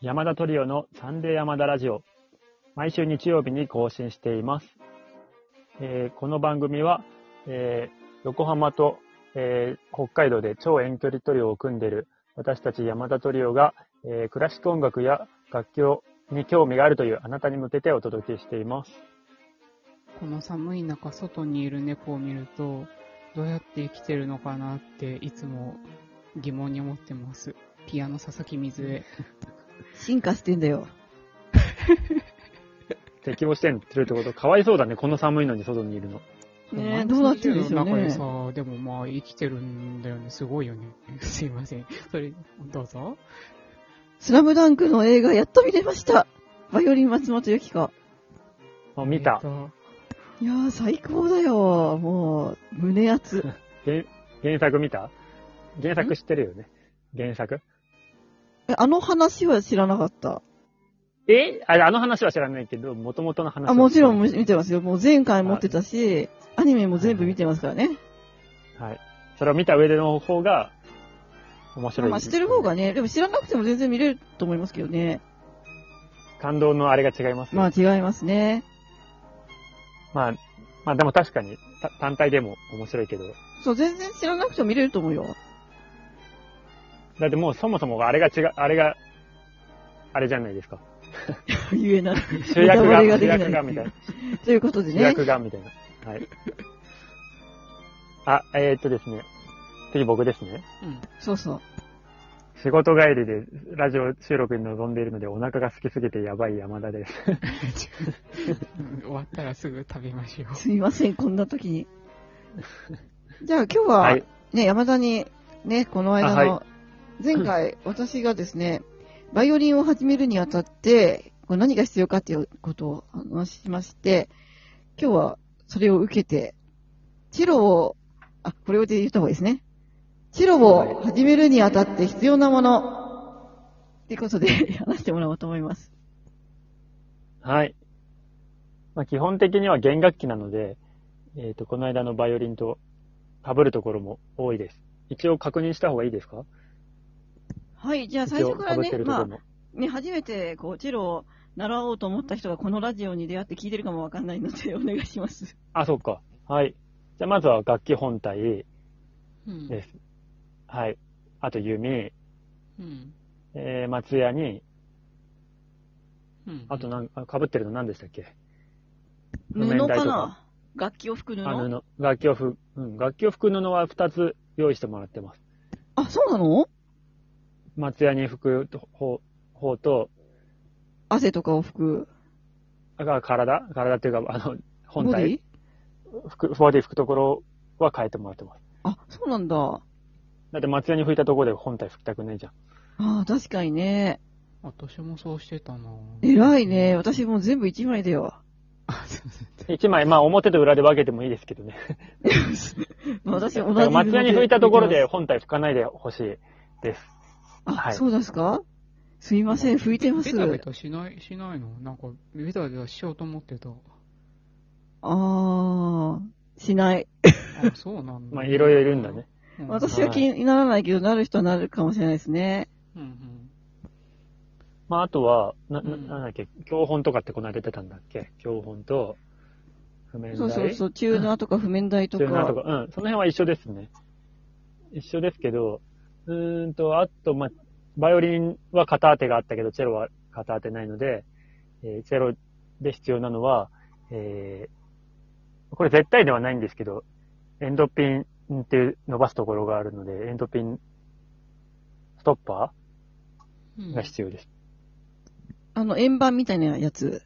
山田トリオのサンデー山田ラジオ。毎週日曜日に更新しています。えーこの番組は、えー横浜と、えー北海道で超遠距離トリオを組んでいる私たち山田トリオが、えークラシック音楽や楽器をに興味があるというあなたに向けてお届けしています。この寒い中、外にいる猫を見ると、どうやって生きてるのかなって、いつも疑問に思ってます。ピアノ佐々木水江。進化してんだよ。適応してんってるってこと、かわいそうだね。この寒いのに外にいるの。ねえどうなってるんでしょうね世の中でさ、でもまあ生きてるんだよね。すごいよね。 すいません。それ、どうぞ。スラムダンクの映画やっと見れました。バイオリン松本由紀子。あ見たえっ。といやー、最高だよ。もう、胸熱。 原原作見た原作知ってるよね。原作。えあの話は知らなかった。えああの話は知らないけど、元々の話 あ、もちろんむ見見てますよ。もう前回持ってたし、アニメも全部見てますからね。はい。それを見た上での方が、面白い。まあ、知ってる方がね、でも知らなくても全然見れると思いますけどね。感動のあれが違います、ね。ままあ、あ、違いますね。まあ、でも確かに、た単体でも面白いけど、そう、全然知らなくても見れると思うよ。だってもうそもそもがあれが違う、あれが、あれじゃない ですか。言え ない。主役が、ネタバ主レができない役がみたいな。ということで主ね。役がみたいな。はい。あ、えー、っとですね。次僕ですね。うん。そうそう。仕事帰りでラジオ収録に臨んでいるのでお腹が空きすぎてやばい山田です。うん終わったらすぐ食べましょう。すみません、こんな時 に。じゃあ今日は、はい。ね、山田に、ね、この間あの、前回、私がですね、バイオリンを始めるにあたって、こう何が必要かっていうことを話しまして、今日はそれを受けて、チェロを、あ、これを言った方がいいですね。チェロを始めるにあたって必要なもの、っていうことで話してもらおうと思います。はい。まあ、基本的には弦楽器なので、えっ、と、この間のバイオリンと被るところも多いです。一応確認した方がいいですかはい、じゃあ一最応初から被っねて、るところまあ、も。ね、初めて、こう、チェロを習おうと思った人がこのラジオに出会って聞いてるかもわかんないので、お願いします。あ、そっか。はい。じゃあまずは楽器本体うんです。はい。あと弓、うん。えー、松屋に、うんあとなん、あ被ってるの何でしたっけ譜面布台とかなか楽器を吹く布あ、布。楽器をふ、うん、楽器を吹く布は2つ用意してもらってます。あ、そうなの松屋に吹く方方と、汗とかを吹く。あ体体っていうか、あの、本ボデ体ィ服、ボディ拭くところは変えてもらってます。あ、そうなんだ。あだって松屋に拭いたところで本体拭きたくないじゃん。あ、確かにね。私もそうしてたな偉いね。。私もう全部一枚 だよ。あそうそう一枚、まあ表と裏で分けてもいいですけどね。まあ私だ同からじ。松屋に拭いたところで。本体拭かないでほしいです。あ、はいそうですかすいません、拭いてまベす。タベタしない、しないのなんか、ベタベタしようと思ってた。ああ、しない。あ、 そうなんだ。まあいろいろいるんだね。うん。私は気にならないけど、なる人はなるかもしれないですね。うんうん。まああとは、な、うな、んなんだっけ、教本とかってこの間出たんだっけ教本と、譜面台。そうそうそう、チューナーとか譜面台とチューナーとか。か、うん、その辺は一緒ですね。一緒ですけど、うーんと、あと、まあ、バイオリンは片当てがあったけど、チェロは片当てないので、えーチェロで必要なのは、えーこれ絶対ではないんですけど、エンドピンっていう伸ばすところがあるので、エンドピンストッパうんーが必要です。あの、円盤みたいなやつ。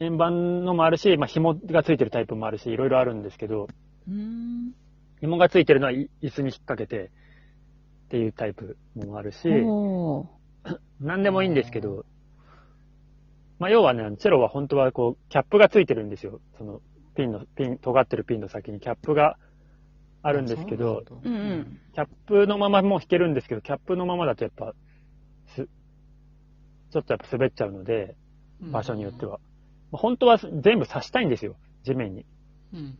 円盤のもあるし、まあ、紐がついてるタイプもあるし、いろいろあるんですけど、うーん。紐がついてるのはい椅子に引っ掛けてっていうタイプもあるし、おー。何でもいいんですけど、まあ、要はね、チェロは本当はこう、キャップがついてるんですよ。その、ピンの、ピン、尖ってるピンの先にキャップがあるんですけど、、そううなんんだうん。キャップのままもう弾けるんですけど、キャップのままだとやっぱ、す、ちょっとやっぱ滑っちゃうので、うん場所によって。は。まあ本当は全部刺したいんですよ、地面に。うん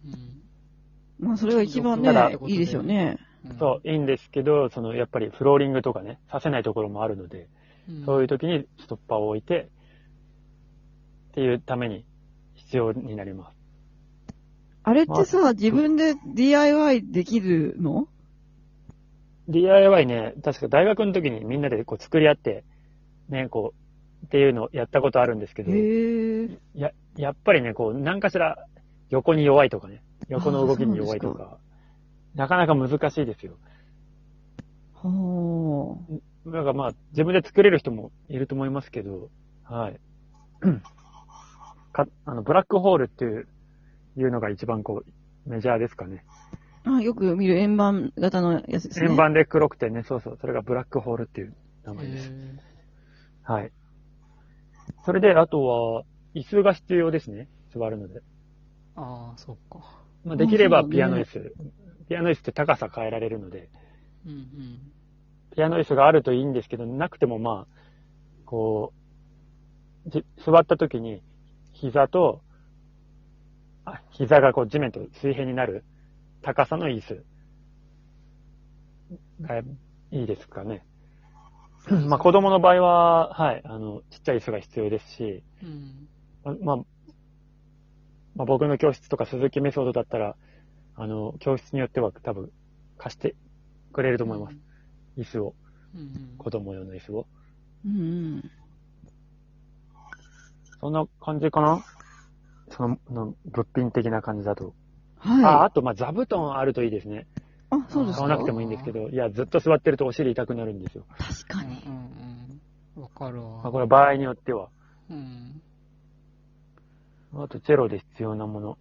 まあ、それが一番ねただ、いいですよね。うん。そう、いいんですけど、その、やっぱりフローリングとかね、刺せないところもあるので、うんそういう時にストッパーを置いて、っていうために必要になります。あれってさ、自分で DIY できるの DIY ね、確か大学の時にみんなでこう作り合って、ね、こう、っていうのをやったことあるんですけど、へえ。や、やっぱりね、こう、何かしら横に弱いとかね、横の動きに弱いとあーそうか、なかなか難しいですよ。はあ。だからまあ、自分で作れる人もいると思いますけど、はい。 か、あの、ブラックホールっていう、いうのが一番こう、メジャーですかね。あよく見る円盤型のやつですね。円。盤で黒くてね、そうそう、それがブラックホールっていう名前です。へはい。それで、あとは、椅子が必要ですね。座るので。ーああ、そうか。まあ、できればそうだねピアノ椅子、ピアノ椅子って高さ変えられるので、うんうん。ピアノ椅子があるといいんですけど、なくてもまあ、こう、じ座った時に、膝と、あ膝がこう地面と水平になる高さの椅子がいいですかね。まあ子供の場合は、はい、あの、ちっちゃい椅子が必要ですし、うん。あまあ、まあ、僕の教室とか鈴木メソッドだったら、あの、教室によっては多分貸してくれると思います。椅子を、うんうん。子供用の椅子を。うんうん。そんな感じかなその、の物品的な感じだと。あ、はあと、まあ、座布団あるといいですね。い。あ、そうです買か。わなくてもいいんですけど、いや、ずっと座ってるとお尻痛くなるんですよ。確かに。うんうんうん。わかるまあ、わ。これは場合によっては。 うん。あと、チェロで必要なもの。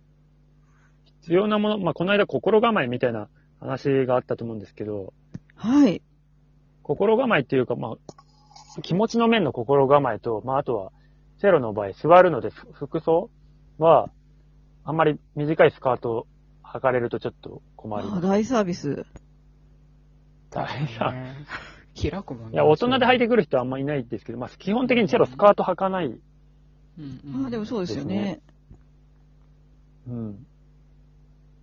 必要なもの、まあ、この間心構えみたいな話があったと思うんですけど、はい。心構えっていうか、まあ、気持ちの面の心構えと、まあ、あとは、チェロの場合、座るので、ふ服装は、あんまり短いスカートを履かれるとちょっと困りあます。大サービス。大変。ね。開くもんいや、大人で履いてくる人はあんまりいないですけど、まあ、基本的にチェロスカート履かない。うんうん。あでもそうですよですねね。うん。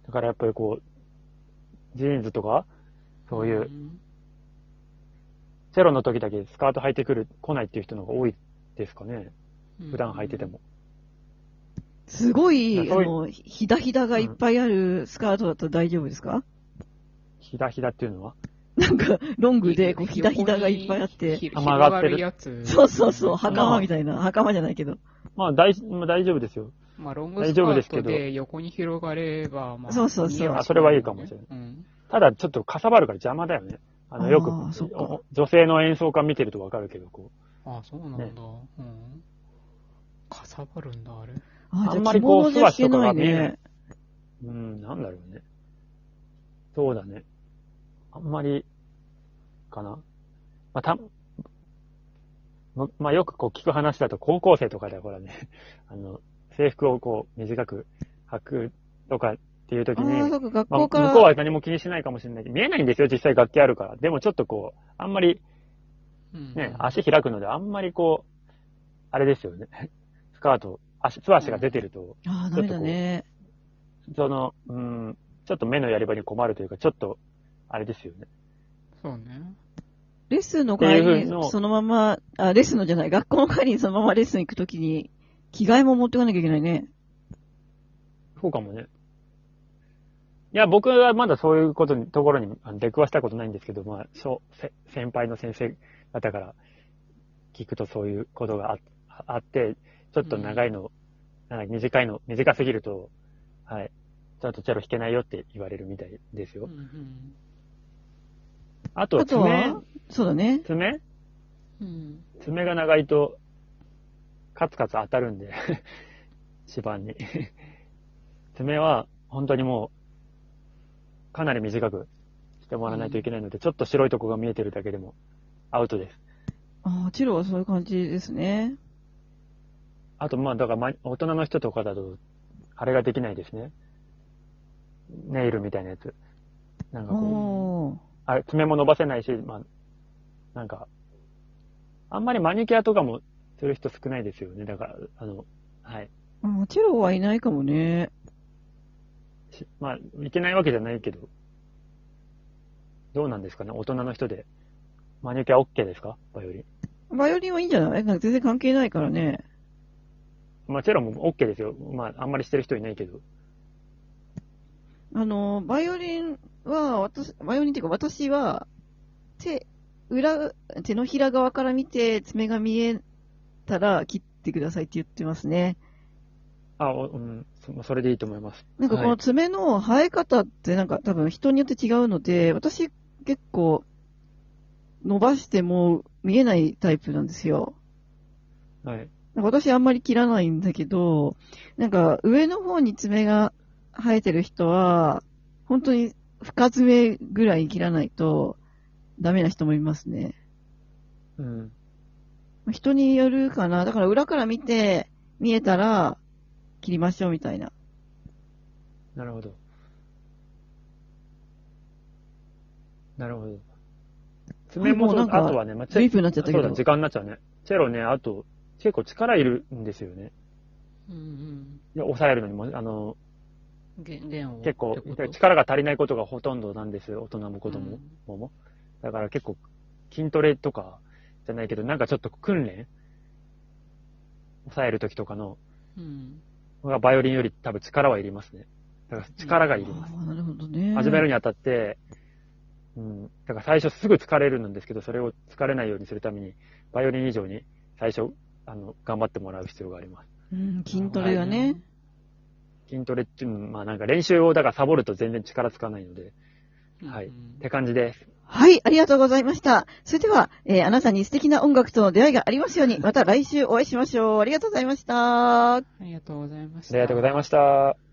だからやっぱりこう、ジーンズとか、そういう、んチェロの時だけスカート履いてくる、来ないっていう人の方が多いですかね。普段履いてて。も。すごいい、やあそういうの、ひだひだがいっぱいあるスカートだと大丈夫ですかひだひだっていうのはなんか、ロングで、こう、ひだひだがいっぱいあって。ひあ曲がってる広やつ。そうそうそう、ん袴みたいな。袴じゃないけど。まあ大、まあ大丈夫ですよ。まあ、ロング大スカ丈夫でーすけトどで横に広がれば、まあ、そうそうそう似合あそれはいいかもしれないうん。ただちょっとかさばるから邪魔だよね。ああの、ーよくそっかお女性の演奏家見てるとわかるけど、こう。あ、そうなんだ。ねうん。かさばるんだ、あれ。あ、あんじゃあま着りこ物うじゃ着けない素足とかが見えなねい。うん、なんだろうね。そうだね。あんまり、かな。まあ、た、ままあ、よくこう聞く話だと高校生とかではほらね、 あの、制服をこう短く履くとかっていう時ああにー、、そうか、学まあ、校向から。こうは何も気にしないかもしれないけど、見えないんですよ、実際楽器あるから。でもちょっとこう、あんまりうん。ね、足開くので、あんまりこう、あれですよね。 スカート、足、素足が出てると、ああ、ダメだね。その、うん、ちょっと目のやり場に困るというか、ちょっと、あれですよね。そうね。レッスンの帰っていりう風のに、そのまま、あ、レッスンのじゃない、学校の帰りにそのままレッスン行くときに、着替えも持ってかなきゃいけないね。そうかもね。いや、僕はまだそういうことに、ところにあの出くわしたことないんですけど、まあ、小せ先輩の先生方から聞くとそういうことがああって、ちょっと長いの、なんか短いの、短すぎると、はい、ちょっとチェロ弾けないよって言われるみたいですうよんう。ん。あとあはと爪は、そうだね。爪うん。爪が長いと、カツカツ当たるんで、 芝に。 爪は、本当にもう、かなり短くしてもらわないといけないので、ちょっと白いとこが見えてるだけでも、アウトです。ああ、チロはそういう感じですね。あと、まあ、だから、ま大人の人とかだと、あれができないですね。ネイルみたいなやつ。なんかこう、おー。あれ、爪も伸ばせないし、まあ、なんか、あんまりマニキュアとかもする人少ないですよね。だから、あの、はい。あチロはいないかもね。しまあ、いけないわけじゃないけど、どうなんですかね大人の人で。マニュキュア OK ですかバイオリン。バイオリンはいいんじゃないなんか全然関係ないからね。まあ、チェロも OK ですよ。まあ、あんまりしてる人いないけど。あの、バイオリンは、私、バイオリンっていうか私は、手、裏、手のひら側から見て、爪が見えたら切ってくださいって言ってますね。あ、おうん、そそれでいいと思います。なんかこはのい爪の生え方ってなんか多分人によって違うので、私結構伸ばしても見えないタイプなんですよ。はい。なんか私あんまり切らないんだけど、なんか上の方に爪が生えてる人は、本当に深爪ぐらい切らないとダメな人もいますね。うん。人によるかな。だから裏から見て、見えたら切りましょうみたいな。なるほど。なるほど。爪ももうそなうんかあとはね、まあ、チェ随分になっちゃったけそうだ、ど時。間になっちゃうね。チェロね、あと、結構力いるんですよね。うんいや抑えるのにも、あの、うん。弦弦を。結構ってこと、力が足りないことがほとんどなんですよ、大人も子供も。だから結構、筋トレとかじゃないけど、なんかちょっと訓練抑えるときとかの、うん。がバイオリンより多分力はいりますね。だから力がいります。あーなるほどね。始めるにあたって、うん、だから最初すぐ疲れるんですけど、それを疲れないようにするために、バイオリン以上に最初、あの、頑張ってもらう必要があります。うん、筋トレがね。筋トレっていうのまあなんか練習をだからサボると全然力つかないので、うん。はいうんって感じです。はい、ありがとうございました。それでは、えーあなたに素敵な音楽との出会いがありますように、また来週お会いしましょう。ありがとうございました。ありがとうございましあた。りがとうございました。